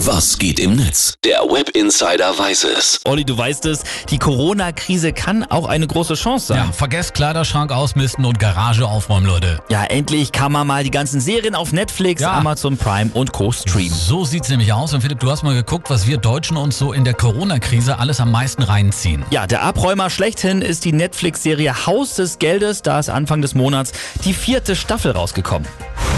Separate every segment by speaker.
Speaker 1: Was geht im Netz? Der Web Insider weiß es.
Speaker 2: Olli, du weißt es, die Corona-Krise kann auch eine große Chance sein.
Speaker 3: Ja, vergesst Kleiderschrank ausmisten und Garage aufräumen, Leute.
Speaker 2: Ja, endlich kann man mal die ganzen Serien auf Netflix,
Speaker 3: Ja.
Speaker 2: Amazon Prime und Co. streamen.
Speaker 3: So sieht's nämlich aus. Und Philipp, du hast mal geguckt, was wir Deutschen uns so in der Corona-Krise alles am meisten reinziehen.
Speaker 2: Ja, der Abräumer schlechthin ist die Netflix-Serie Haus des Geldes. Da ist Anfang des Monats die vierte Staffel rausgekommen.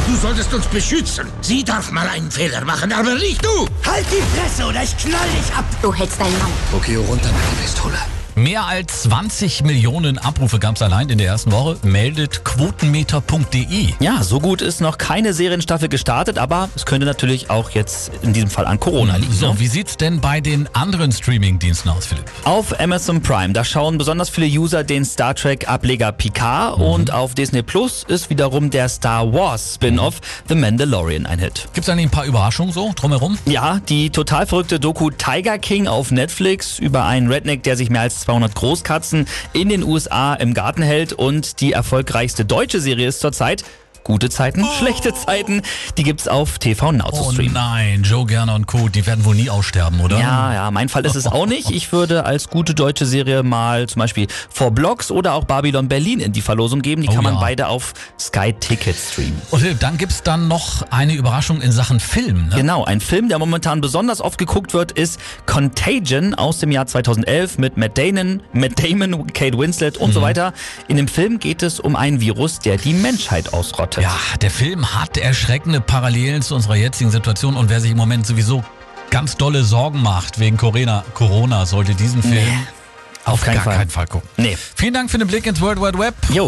Speaker 4: Du solltest uns beschützen. Sie darf mal einen Fehler machen, aber nicht du. Halt die Fresse oder ich knall dich ab.
Speaker 5: Du hältst deinen Maul.
Speaker 4: Okay, runter mit der Pistole.
Speaker 3: Mehr als 20 Millionen Abrufe gab's allein in der ersten Woche, meldet quotenmeter.de.
Speaker 2: Ja, so gut ist noch keine Serienstaffel gestartet, aber es könnte natürlich auch jetzt in diesem Fall an Corona liegen. ne?
Speaker 3: So, wie sieht's denn bei den anderen Streaming-Diensten aus, Philipp?
Speaker 2: Auf Amazon Prime, da schauen besonders viele User den Star Trek Ableger Picard
Speaker 3: Mhm.
Speaker 2: und auf Disney Plus ist wiederum der Star Wars Spin-off
Speaker 3: Mhm.
Speaker 2: The Mandalorian ein Hit.
Speaker 3: Gibt's eigentlich ein paar Überraschungen so drumherum?
Speaker 2: Ja, die total verrückte Doku Tiger King auf Netflix über einen Redneck, der sich mehr als 200 Großkatzen in den USA im Garten hält und die erfolgreichste deutsche Serie ist zurzeit Gute Zeiten, schlechte Zeiten, die gibt's auf TV Now zu
Speaker 3: Oh
Speaker 2: streamen.
Speaker 3: nein, Joe Gerner und Co., die werden wohl nie aussterben, oder?
Speaker 2: Ja, ja, mein Fall ist es auch nicht. Ich würde als gute deutsche Serie mal zum Beispiel Four Blocks oder auch Babylon Berlin in die Verlosung geben. Die
Speaker 3: Oh
Speaker 2: kann man
Speaker 3: ja.
Speaker 2: beide auf Sky Ticket streamen.
Speaker 3: Und Philipp, dann gibt's dann noch eine Überraschung in Sachen Film, ne?
Speaker 2: Genau, ein Film, der momentan besonders oft geguckt wird, ist Contagion aus dem Jahr 2011 mit Matt Damon, Matt Damon Kate Winslet und
Speaker 3: Mhm.
Speaker 2: so weiter. In dem Film geht es um einen Virus, der die Menschheit ausrottet.
Speaker 3: Ja, der Film hat erschreckende Parallelen zu unserer jetzigen Situation und wer sich im Moment sowieso ganz dolle Sorgen macht wegen Corona, Corona sollte diesen Film auf
Speaker 2: keinen
Speaker 3: gar
Speaker 2: Fall.
Speaker 3: keinen Fall gucken.
Speaker 2: Nee.
Speaker 3: Vielen Dank für den Blick ins World Wide Web.
Speaker 2: Jo,